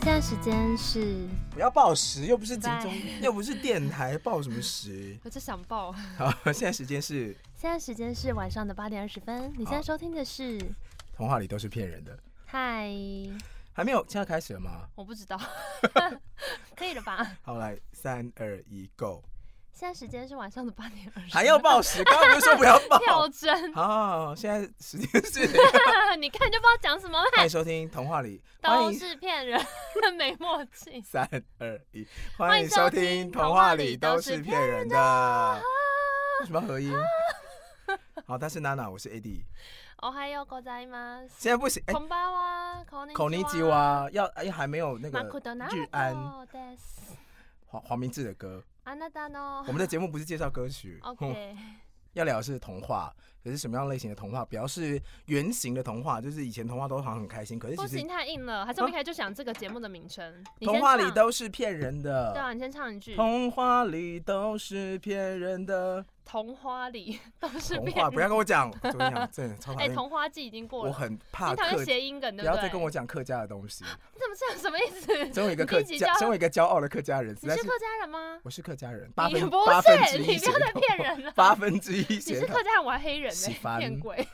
在时间是，不要报时，又不是警钟拜，又不是电台，报什么 时？我就想报。好，现在时间是现在时间是晚上的八点二十分，你现在收听的是童话里都是骗人的，嗨，还没有，现在开始了吗？我不知 道，可以了吧？好，来，三二一，Go！ 现在时间是晚上的八点二十，还要报时？刚刚不是说不要 跳报？针？好好，好现在时间是，你看就不知道讲什么了，欢迎收听童话里，欢都迎是骗人， 没默契。三二一，欢欢迎迎收收听听童童话话里里都都是是骗骗人的。为什么要 合音？好，但是娜娜，我是 AD，哦嗨哟，狗仔吗？现在不行，哎、空巴哇，口尼口尼基，娃要哎还没有那马库个多纳哦日安です。黄黄明志的歌。あなた の我们的节目不是介绍歌曲哼 OK， 要聊的是童话，可是什么样类型的童话？比较是圆形的童话，就是以前童话都好像很开心，可是不其行实太硬了，还是我们一开始就想这个节目的名称。你先童话里唱都是骗人的。对啊，你先唱一句。童话里都是骗人的，童花里 都是童骗话人。不要跟我讲， 我跟你讲，真的超讨哎、厌。童花季已经过我了。很怕你讨客厌，谐音梗对不对？要再跟我讲客家的 东西。你怎么这样？什么意思？ 身为一个你客自己家，教身为一个骄傲的客家人，实你在是是客家人吗？我是客家人，八你分不八分是，之你一不血要再统，骗人了。 八分之一你血是统客。家人，我还黑人呢、喜欢骗 鬼！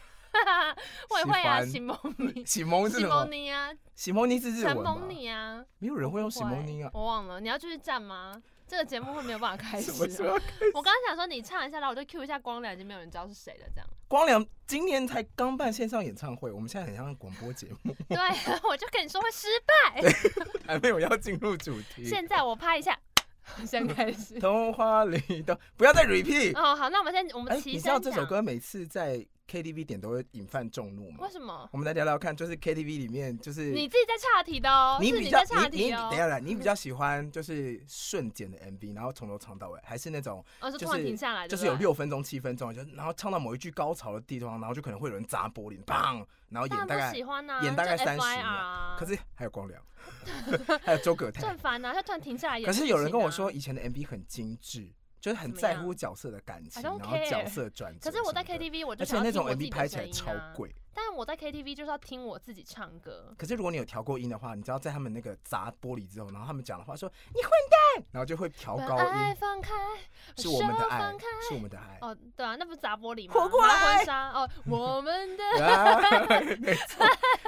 我也会啊，喜欢喜蒙 尼、喜蒙是喜什么蒙？尼啊，喜蒙尼是日陈文吧蒙？尼啊，没有人会用喜蒙尼啊。我忘了，你要继续站吗？这个节目会没有办法开始什啊、么时候？我刚刚想说你唱一下，然后我就 Q 一下光良，已经没有人知道是谁了，这样。光良今年才刚办线上演唱会，我们现在很像广播节 目，对，啊我就跟你说会失还没有要进入主题。现在我拍一下， 先开始。童话里的不要再 repeat。哦，好，那我们先我哎们，你齐知道声这讲。首歌每次在 KTV 点都会引犯众怒吗为？什么？我们来聊聊看，就是 KTV 里面就是你自己在岔题的哦，你是比较在岔你你题等哦一。下来，你比较喜欢就是瞬间的 MV，然后从头唱到尾，还是那种哦，是就突然是停下来，就对不是有对六分钟、七分钟，就然后唱到某一句高潮的地方，然后就可能会有人砸玻璃，砰，然后演当大然概不喜欢呐，演大概就 FIR 30秒啊可是还有光良， 还有周葛就泰很。烦呐，他突然停下来演可事情啊。是有人跟我说，以前的 MV 很精致，就是很怎么在样乎角色的感情， I don't 然后角 care 色转折可什么的。是我在 KTV 我就而且想要那听种我自 MV 己拍的起来声音超啊。贵。但我在 KTV 就是要听我自己唱歌，可是如果你有调过音的话，你知道在他们那个砸玻璃之后，然后他们讲的话说“你混蛋”，然后就会调把高音爱，放开，是我们的手爱放开，是我们的爱。 哦，对啊，那不是砸玻璃吗？活过拿来。婚纱哦，我们的啊， 没错，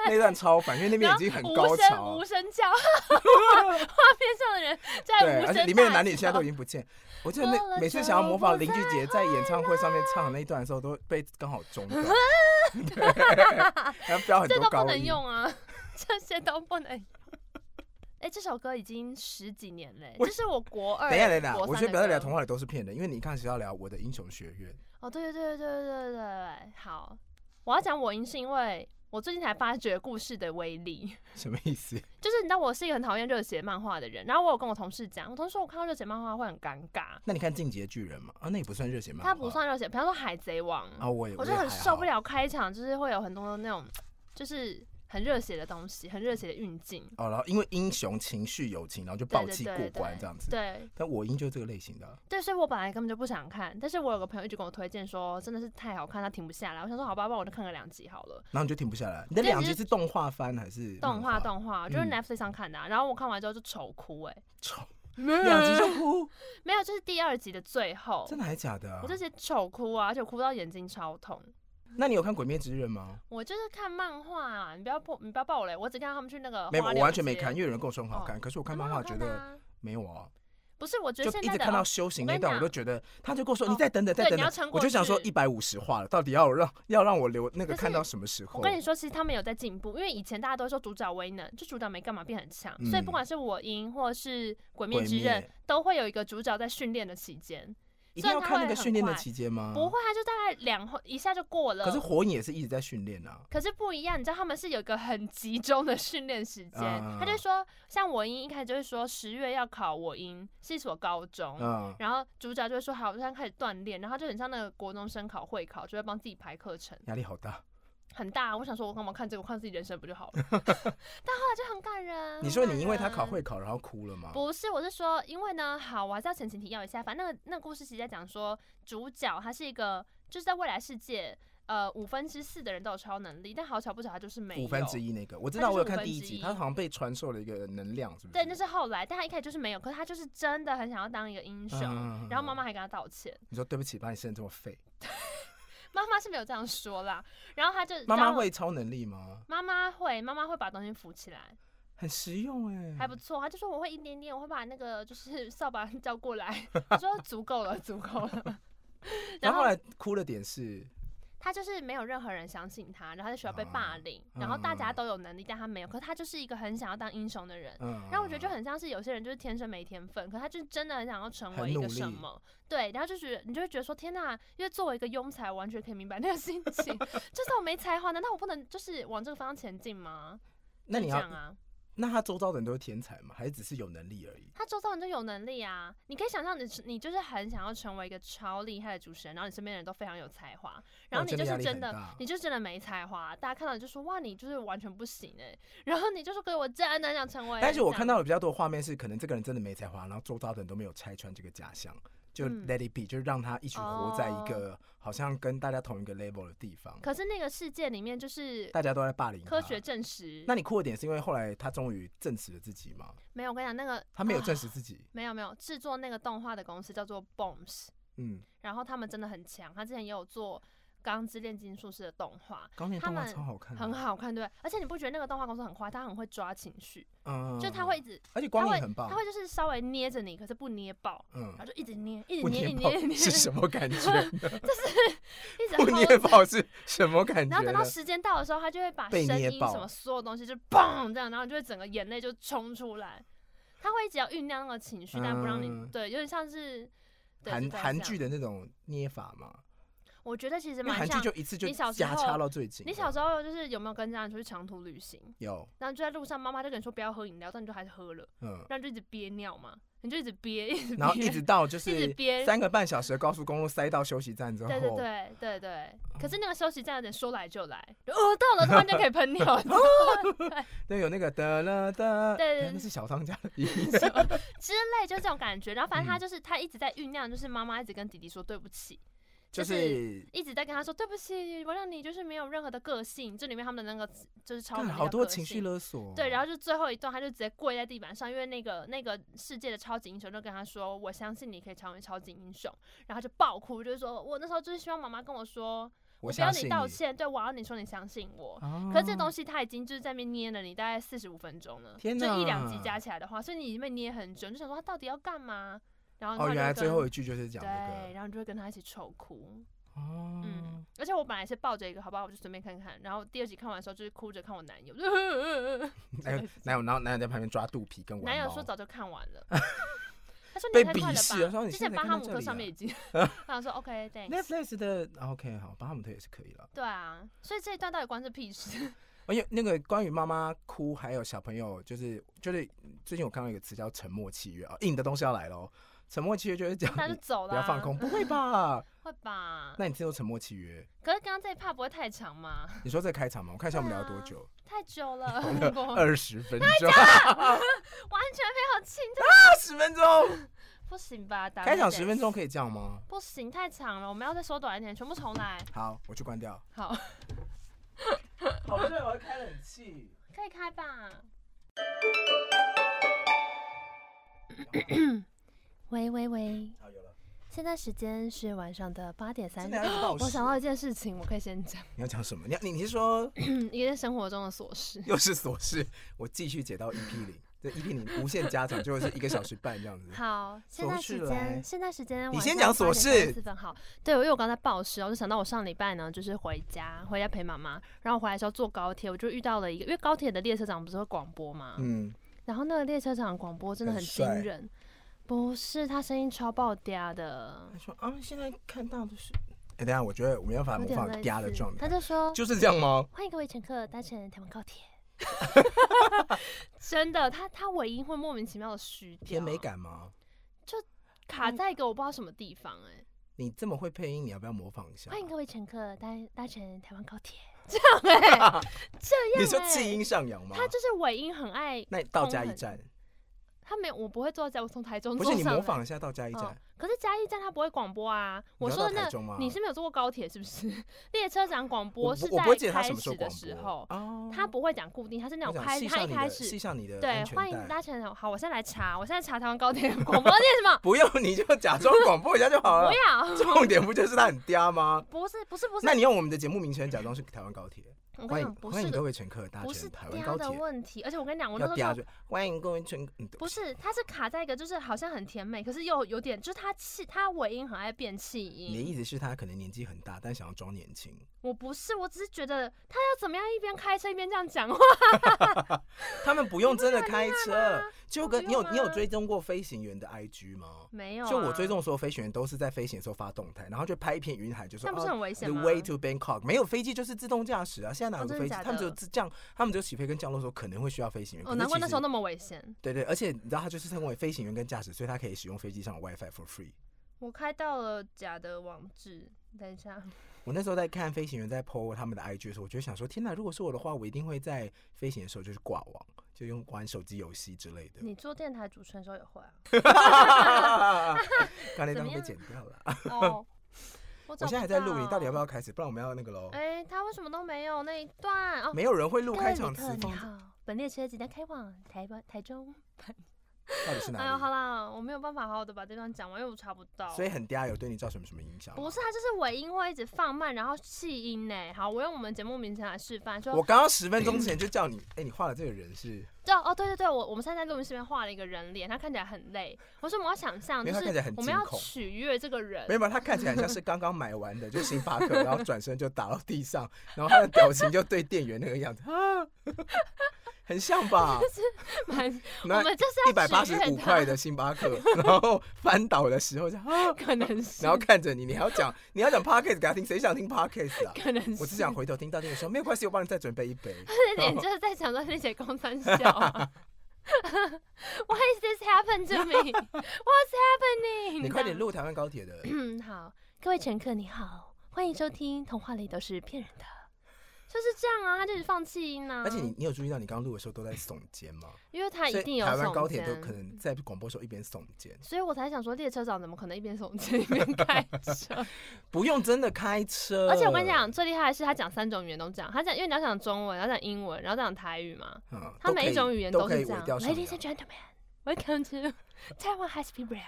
那段超烦，因为那边然后已经很高 无潮声啊、无声叫，画面上的人在对，无声而且大里面的男女叫现在都已经不见。我记得过了那每次想要模就仿不林俊杰在演唱会上面唱的那一段的时候，都被刚好 中断。对，要飙很这多都不高能音。用啊， 这些都不能用。哎、这首歌已经十几年嘞、我这是我国二、等一下，等一下，国我三觉得的不要再聊歌童话里都是骗人，因为你一开始要聊我的英雄学院。哦，对对对对对对对，好，我要讲我赢是因为我最近才发觉故事的威力。什么意思？就是你知道我是一个很讨厌热血漫画的人，然后我有跟我同事讲，我同事说我看到热血漫画会很尴尬，那你看《进击的巨人》嘛？啊，那也不算热血漫画。他不算热血，比方说海贼王，啊，我也我也就很还好受不。了开场，就是会有很多那种，就是很热血的东西，很热血的运镜。哦，然后因为英雄情绪友情，然后就对暴对气对过关对这样子。对但我英就这个类型的啊，对，所以我本来根本就不想看，但是我有个朋友一直跟我推荐说，真的是太好看，他停不下来。我想说，好吧，不然我就看个两集好了。然后你就停不下来。你的对两你集就是动画番还是动漫画动画就是嗯 Netflix 上看的、啊，然后我看完之后就丑哭哎、丑没 两集就哭， 没有，就是第二集的最后，真的还假的、啊我？就直接丑哭啊，而且我哭到眼睛超痛。 那你有看《鬼灭之刃》吗？我就是看漫画、啊，你不要破，你不要爆雷，我只看到他们去那个没有，花我柳完全没街看，，因为有人跟我说很哦好看，可是我看还漫蛮画好觉看的得啊没有啊，不是，我觉就得现一在直的看到哦修我行跟那你段，我都讲觉得他就跟我说哦你再等等，再对等你要撑等，我过就想说去一百五十话了，到底要让要让我留那个可是看到什么时候我？跟你说，其实他们有在进步，因为以前大家都说主角为能，就主角没干嘛变很强，所以不嗯管是我赢或是《鬼灭鬼之刃灭》，都会有一个主角在训练的期间，一虽定然要它看那会个很训练的快期间吗？不会，啊他就大概两后一下就过了。嗯可是火影也是一直在训练啊。可是不一样，你知道他们是有一个很集中的训练时间，嗯嗯他就说，像我英一开始就会说十月要考我英是一所高中，嗯，然后主角就会说好，我现在开始锻炼，然后他就很像那个国中生考会考，就会帮自己排课程，压力好大。很大啊。我想说，我干嘛看这个？我看自己人生不就 好了？但后来就很感人。你说很你因为他感考人会考然后哭了吗？不是，我是说，因为呢，好，我还是要前情提要一下。反正那个那个故事其实在讲说，主角他是一个就是在未来世界，呃五分之四的人都有超能力，但好巧不巧他就是没有五分之一那个，我知它道，就我有是看五分第一之集，一他好像被传授了一个能量，是不是？对，那是后来，但他一开始就是没有，可是他就是真的很想要当一个英雄，嗯然后妈妈还跟他道歉，你说对不起，把你生得这么废。妈妈是没有这样说啦，然后他就妈妈然后会超能力吗？妈妈会妈妈会把东西扶起来，很实用哎、还不错，他就说我会一点点，我会把那个就是 扫把叫过来， 我说足够了，足够了。 然然后后后来哭的点是，他就是没有任何人相信他，然后他在学校被啊霸凌，然后大家都有能力，但他没有，可是他就是一个很想要当英雄的人。嗯，然后我觉得就很像是有些人就是天生没天分，可他就是真的很想要成很为一努个力什么，对，然后就觉得你就会觉得说天呐，因为作为一个庸才，我完全可以明白那个心情， 就是我没才华，难道我不能就是往这个方向前进吗？那你就要这样啊，那他周遭的人都是天才吗？还是只是有能力而已？他周遭人就有能力啊，你可以想象你是你就是很想要成为一个超厉害的主持人，然后你身边的人都非常有才华，然后那你我就哦压是力真很的，大你就真的没才华，大家看到你就说哇，你就是完全不行哎、然后你就说给我真的想成为，但是我看到到的比较多的画面是，可能这个人真的没才华，然后周遭的人都没有拆穿这个假象，就嗯哦 let it be，、就是让他一直活在一个好像跟大家同一个 level 的地方，可是那个世界里面就是大家都在霸凌他科学。证实，那你哭的点是因为后来他终于证实了自己吗？没有我跟你讲那个他没有啊证实自己，没有没有制作那个动画的公司叫做 Bones，嗯，然后他们真的很强，他之前也有做《钢之炼金术师》的动画。钢铁他动画们超好看的，很好看，对不对，而且你不觉得那个动画公司很坏？他很会抓情绪，嗯，嗯，就嗯他会一，直而且光他会影很棒他，会就是稍微捏着你，可是不捏爆，嗯然后，就一直捏，一不直捏，一直捏爆捏，一直捏，是什么感觉？一直 不 hold 捏着爆是什么感然后觉等到呢？时间到的时候，他就会把被声捏音爆什么所有东西就嘣这样，然后你就会整个眼泪就冲出来。他会一直要酝酿那个情绪，但不让你、嗯对，有点像是对韩就这样韩这样剧的那种捏法嘛，我觉得其实因为蛮韩剧像。就一次就你小时加插候到最紧的。你小时候就是有没有跟家人出去长途旅行？有，然后就在路上，妈妈就跟你说不要喝饮料，但你就还是喝了，嗯，然后就一直憋尿嘛，你就一直憋，一直憋，然后一直到就 一直是憋三个半小时的高速公路塞到休息站之后，嗯对对对对对，可是那个休息站有点说来就来，就哦到 了突然就可以喷尿了对有那个哒啦哒，对对哎那是小当家的音乐，之类，就这种感觉。然后反正嗯他就是他一直在酝酿，就是妈妈一直跟弟弟说对不起，就就是是一直在跟他说对不起，我让你就是没有任何的个性。这里面他们的那个就是超干能力好的多个情绪性勒索，对，然后后就最后一段，他就直接跪在地板上，因为那个那个世界的超级英雄就跟他说：“我相信你可以成为超级英雄。”然后就爆哭，就是说我那时候就是希望妈妈跟我说，我不要相你信道歉，对我要你说你相信我。啊可是这东西他已经就是在那边捏了你大概四十五分钟了，天就一两集哪加起来的话，所以你已经被捏很久，你就想说他到底要干嘛？然后哦，他原就来会最跟后一句就是讲对，这个然后你就会跟他一起丑哭。哦，嗯，而且我本来是抱着一个，好吧，我就随便看看。然后第二集看完的时候，就是哭着看我男友， 男友男友然后男友在旁边抓肚皮跟玩男友猫说早就看完 了，他说被你太鄙快了视啊说吧，你之现前在巴看哈到姆这克里上面啊已 经，他想说 OK thanks， Netflix 的啊 OK 好，巴哈姆特也是可以了。对啊，所以这一段到底关是屁事？而且那个关于妈妈哭，还有小朋友，就是就是最近我看到一个词叫“沉默契约”啊，硬的东西要来喽。沉默契约就是讲他就你 走不了，要放空，，不会吧？ 会吧？那你听说沉默契约？可是刚刚这一趴不会太长吗？你说这开场吗？我看一下我们聊了多 久，太久 了，我二十分 钟，完全没有进 度，二十分钟，不行吧？打开场 Netflix 十分钟可以这样吗？不行，太长了，我们要再缩短一点，全部重来。好，我去关掉。好，好热，我要开冷气。可以开吧？喂喂喂，好，有了。现在时间是晚上的八点三真的。要一直报时我想到一件事情，我可以先讲，你要讲什么？你要你你是说嗯一件生活中的琐事。又是琐事？我继续解到 EP 零，这 EP 零无限加长，就是一个小时半这样子。好，现在时琐事来间，现在时间，你先讲琐事四分好，对，因为我刚才报时，我就想到我上礼拜呢，就是回家，回家陪妈妈，然后回来的时候坐高铁，我就遇到了一个，因为高铁的列车长不是会广播嘛，嗯，然后那个列车长广播真的很很惊帅人，不是他声音超爆嗲的，他说啊，现在看到的是，哎、等一下，我觉得我没办法有模点仿类嗲的似状态他，就说就是这样吗？欢迎各位乘客搭乘台湾高 铁。真的，他他尾音会莫名其妙的虚掉甜美感吗？卡在一个我不知道什么地方哎、你这么会配音，你要不要模仿一下？啊欢迎各位乘客搭搭乘台湾高铁， 这样哎、 这样、欸，你说气音上扬吗？他就是尾音很爱，那到家一站，他没有，我不会坐在，我从台中不坐是上你模来仿一下到家一哦站，可是嘉义站它不会广播啊。我说的你要到那台中吗，你是没有坐过高铁是不是？ 列车长广播我是不我不会在记得他开什么时始候的广时播候，哦，他不会讲固定，他是那我种想开系他上一你开的系始上你的对安全欢迎带搭乘好，我现在来查，我现在查台湾高铁广播念什么？不用你就假装广播一下就 好啊 了不。要，重点不就是他很嗲吗？不是不是不是那，你用我们的节目名称假装是台湾高铁，我跟欢你迎讲不欢是迎各位乘客搭不是乘台湾嗲高的铁。问题，而且我跟你讲，我那要时候嗲就就欢迎各位乘客，嗯对不起是，它是卡在一个就是好像很甜美，可是又有点就是它气，它尾音很爱变气你的音。意思是他可能年纪很大，但想要装年轻，我不是，我只是觉得他要怎么样一边开车一边这样讲话， 他们不用真啊的开车，就跟不你有用你有吗追踪过飞行员的 IG 吗？没有、啊。就我追，踪的所有飞行员都是在飞行的时候发动态，然后就拍一片云海，就说那不是哦很危险 The 吗？ way to Bangkok 没有飞机就是自动驾驶啊！现在哪有哦个真的飞机？假的他们只有自降，他们只有起飞跟降落的时候可能会需要飞行员。可哦，是难怪其那时候实那么危险。对对，而且你知道他就是成为飞行员跟驾驶，所以他可以使用飞机上的 WiFi for free。我开到了假的网址，等一下，我那时候在看飞行员在 PO 他们的 IG 的时候，我就想说：天哪！如果是我的话，我一定会在飞行的时候就是挂网，就用玩手机游戏之类的。 你做电台主持人的时候也会啊？刚怎才都么被样剪掉了。啊哦，我我找现在还不在录，你到底要不到？要开始？不然我们要那个喽。哎、他为什么都没有那一段？哦，没有人会录各开位旅场词客你放好，本列车即将开往台湾台中。到底是哎呦，哪好里？啦，我没有办法好好的把这段讲完，因为我查不到。所以很嗲有对你造成什么影响吗？不是，它就是尾音会一直放慢，然后气音呢。好，我用我们节目名称来示范，我说刚刚十分嗯钟前就叫你，哎、你画的这个人是，就哦，对对对，我我们现在在录音室里面画了一个人脸，他看起来很累。我说我们要想象，没就有他看起来是很我们要惊恐取悦这个人没。有，他看起来很像是刚刚买完的，就星巴克，然后转身就打到地上，然后他的表情就对店员那个样子，啊，很像吧？蛮 那我们就是一百要八取十悦他，五块的星巴克， 然后翻倒的时候就 啊，可能是，然后看着你，你还要 讲，你要讲 podcast 给他听，谁想听 podcast 啊？可能是，我只想回头听到这个说，没有关系，我帮你再准备一杯。 这点就是在想说那些公三笑、啊。Why is this happen to me? What's happening？你快点录台湾高 铁的，嗯，好，各位乘客你好，欢迎收听《童话里都是骗人的》，就是这样啊，他就是放弃音啊。而且你，你有注意到你刚录的时候都在耸肩吗？因为 他所一以定有台湾耸高铁肩都可能在广播时候一边耸肩，所以我才想说，列车长怎么可能一边耸肩一边开车？ 不用真的开车。而且我跟你讲，，最厉害的是他讲三种语言都讲，他讲因为你要讲中文，然后讲英文，然后讲台语嘛，嗯他每一种语言都可是以这伪样。掉上 Ladies 扬 and gentlemen, welcome to Taiwan High Speed Rail。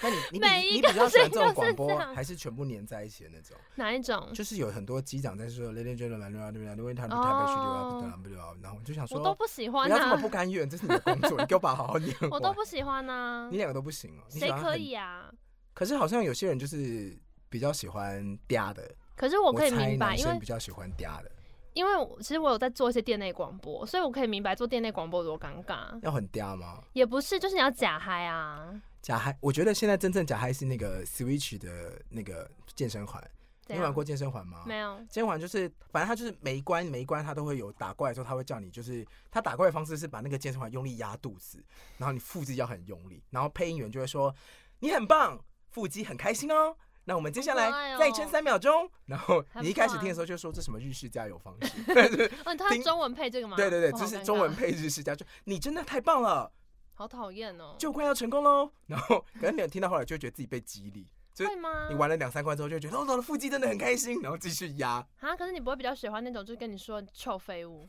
那你你比 每一你个比较喜声欢这音种都是广播这，样还是全部粘在一起的那种？哪一种？就是有很多机长在说 “Ladies and gentlemen, we are doing time to 哦 Taipei Studio up, down, up”，然后我就想说，我都不喜不欢要这么啊不，甘愿，这是你的工作，你给我把好好念我都完。不喜欢啊你。两个都不行哦，你喜谁欢可很？以啊？可是好像有些人就是比较喜欢嗲的，可是我可以猜明白，男因生为比较喜欢嗲的，因为我其实我有在做一些店内广播，所以我可以明白做店内广播多尴尬。要很嗲吗？也不是，就是你要假嗨啊，假嗨，我觉得现在真正假嗨是那个 Switch 的那个健身环，怎你样玩过健身环吗？没有？健身环就是，反正它就是每一关每一关它都会有打怪的时候，它会叫你，就是它打怪的方式是把那个健身环用力压肚子，然后你腹肌要很用力，然后配音员就会说你很棒，腹肌很开心哦。那我们接下好可爱来哦再撑三秒钟，然后你一开始很棒听的时候就说这什么日式加油方式， 哦，他听中文配这个吗？对对对，我这好是尴中文尬，配日式加油，就你真的太棒了，好讨厌哦。就快要成功喽。然后可能你有听到后来就会觉得自己被激励，就会吗你？玩了两三关之后就觉得，哦，我的腹肌真的很开心，然后继续压啊，可是你不会比较喜欢那种，就是跟你说臭废物，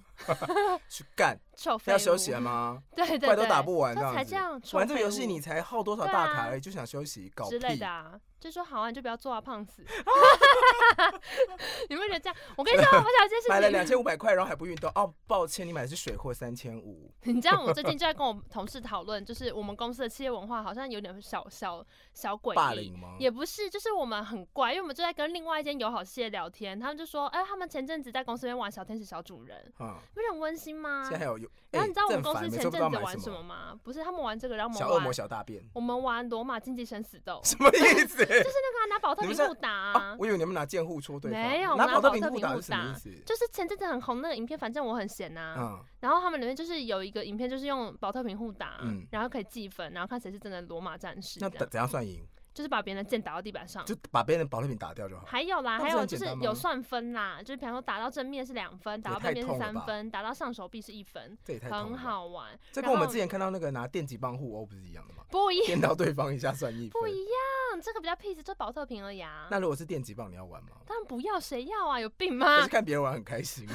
去干。臭废物。要休息了？吗？对 对对，怪都打不完就这样才子这样。臭玩这个废游戏物你才耗多少对大啊卡而已，就想休息，搞之类屁的！啊，就说好啊，你就不要做啊，胖 子。 你会觉得这样？我跟你说，我想这件事情。买了两千五百块，然后还不运动，哦，抱歉，你买的是水货三千五， 你知道我最近就在跟我同事讨论，就是我们公司的企业文化好像有点小小小霸诡异。凌吗？也不是，就是我们很怪，因为我们就在跟另外一间友好企业聊天，他们就说，哎、他们前阵子在公司里面玩小天使小主人，啊，不是很温馨吗现？在还有有，啊然哎后你知道我们公正反司每前次都阵不子知道买玩什什么？吗？不是他们玩这个，然后小我恶们魔玩小 大便，我们玩罗马竞技生死斗，什么意就是那思？个、啊、拿保特你们瓶是互打、啊，我以为你们拿剑互戳对方，没有拿拿跑特跑瓶特互瓶打互是什么打意思？就是前阵子很红那个影片，反正我很闲啊呐、嗯，然后他们里面就是有一个影片，就是用保特瓶互打，嗯然后可以计分，然后看谁是真的罗马战士这嗯样。那怎怎样算赢？就是把别人的剑打到地板上。就把别人的保乐瓶打掉就好。还有啦，那不还是有很就简是单吗有算分啦，就是比方说打到正面是两分，打也到太背面痛是了三吧分，打到上手臂是一分，这也太痛很了。好玩。这然跟我们后之前看到那个拿电击棒互殴不是一样的吗？不一电到对方一下算一分不。一样，这个比较 peace，就保特瓶而已啊。那如果是电击棒，你要玩吗？当然不要，谁要啊？有啊病可吗是？看别人玩很开心。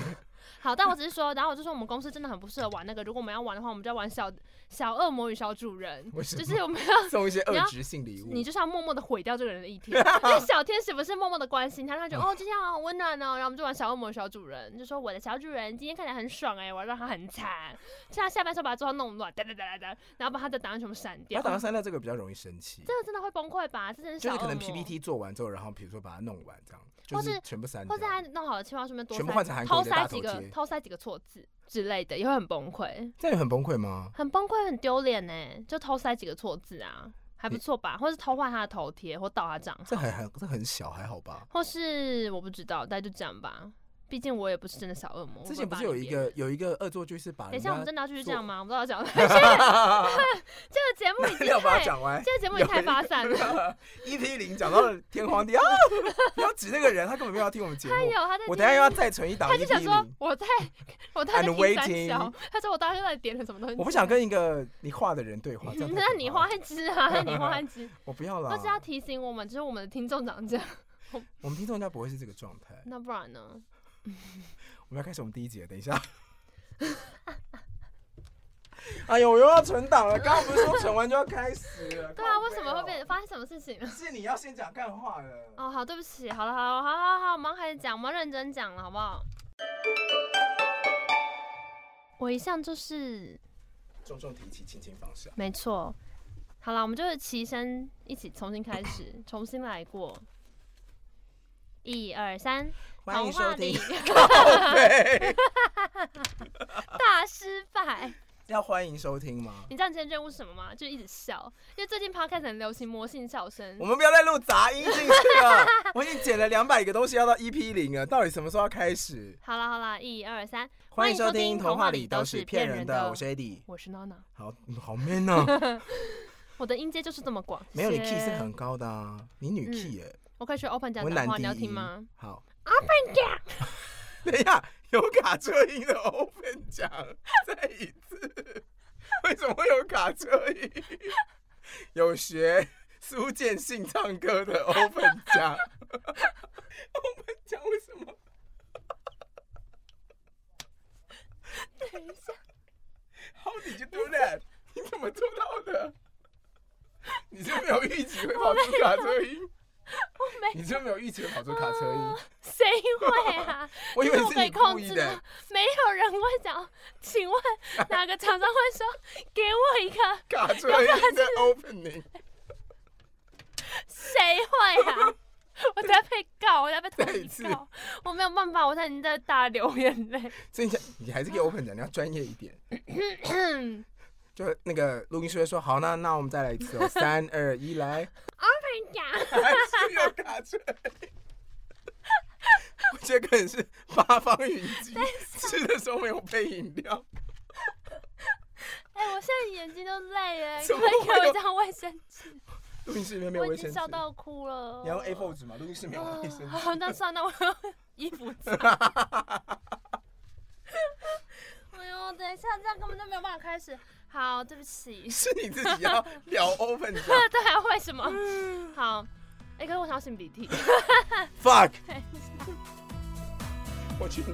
好，但我只是说，然后我就说我们公司真的很不适合玩那个。如果我们要玩的话，我们就要玩小小恶魔与小主人，为什么就是我们要 送一些你要恶质性礼物，你就是要默默的毁掉这个人的一 天。因为小天使不是默默的关心他，让他嗯觉得哦今天好温暖哦，然后我们就玩小恶魔与小主人，就说我的小主人今天看起来很爽哎、我要让他很惨，像他下班时候把他桌上弄乱，哒哒哒哒哒，然后把他的档案全部删把掉，打到删掉这个比较容易生气，这个哦真的会崩溃吧？这真是就小是恶魔。可能 PPT 做完之后，然后比如说把它弄完这样，就或是是全部删掉或者。他弄好了计划顺便多全部塞换成韩偷国的塞大几头个贴，偷塞几个错字之类的，也会很崩溃，这样也很崩 溃吗？很崩溃，很丢脸呢。就偷塞几个错字啊，还不你错吧？或是偷换他的头贴，或盗他账这号，还很这很小，还好吧？或是我不知道，但就这样吧。毕竟我也不是真的小恶魔。之我前不会是霸有凌一别人个有一个恶作剧是把等一人下，我家们真的要继续这样做吗？我不知道 讲这个节目已你经 要把太它讲完。这个节目也太发散了。 EP 零讲到了天荒地 啊！不要指那个人，他根本没有要听我们节目他。有他在我今等一下天又要再存一档他就想 EP 说零， 我在我在 I'm 听三 waiting 小，他说我当时在点了什么东西。我不 想跟一个你画的人对话。这样太可那你怕了啊花枝啊，那你花 枝，我不要啦或。是啊要提醒我们，就是我们的听众长这样，我们听众应该不会是这个状态。那不然呢？我们要开始我们第一节，等一下。 哎呦，我又要存档了。刚刚不是说存完就要开始了？对啊，靠背哦为什么会变？？发生什么事情了？是你要先讲干话的。哦，好，对不起，好了，好了，好好好，我们要开始讲，我们要认真讲了，好不好？我一向就是重重提起，轻轻放下。没错，好了，我们就是齐声一起重新开 始，重新来过。一二三，欢童迎话收里听靠背。 大失败。要欢迎收听吗？你知道你今天任务是什么吗？就一直笑，因为最近 podcast 很流行魔性笑声我。们不要再录杂音进去 了。我已经剪了两百个东西，要到 EP 零了，到底什么时候要开始？好了好了，一二三，欢欢迎迎收收听听《 《童童话话里里都都是是骗骗人人的的》，我是 AD。我是 Nana，好，嗯好 man 啊！我的音阶就是这么广。没有你谢 key 谢是很高的啊，你女 key 耶、我可以学 Open 讲我讲男话，低你要音听吗？？好，open 讲。 等一下，有卡车音的 open 讲，再一次。 为什么会有卡车音？有学苏建信唱歌的 open 讲。open 讲为什么？等一下， How did you do that？你怎么做到 的？你是没有预期会跑出卡车音？我没 你是没有预期会跑出卡车音？啊谁会啊？ 我以为这是可你以控故意制的的。，没有人会讲。请问哪个厂商会说给我一个？卡车音的 opening，谁会 啊？我在被告，我在被再一通次告，我没有办法，我在已经在大流眼 泪。所以你想你还是可以 open 讲，你要专业一点。 就那个录音师会说：“好，那那我们再来一次哦， 三二一，来。”呀，还是有卡车。我觉得可能是八方云集， 吃的时候没有配饮料。哎，我现在眼睛都累了，可 怎不么可以给会我有一张卫生纸？录音室里面没有我卫已经生笑纸。到哭了。你要用 A4 纸吗？录音室没有卫生纸。好，那算了，我 用衣服擦。哎呦，等一下，这样根本就没有办法开始。好，对不起。 是你自己要聊 open 的对啊，为什么？好，哎、可是我想要擤鼻涕。 fuck。我去。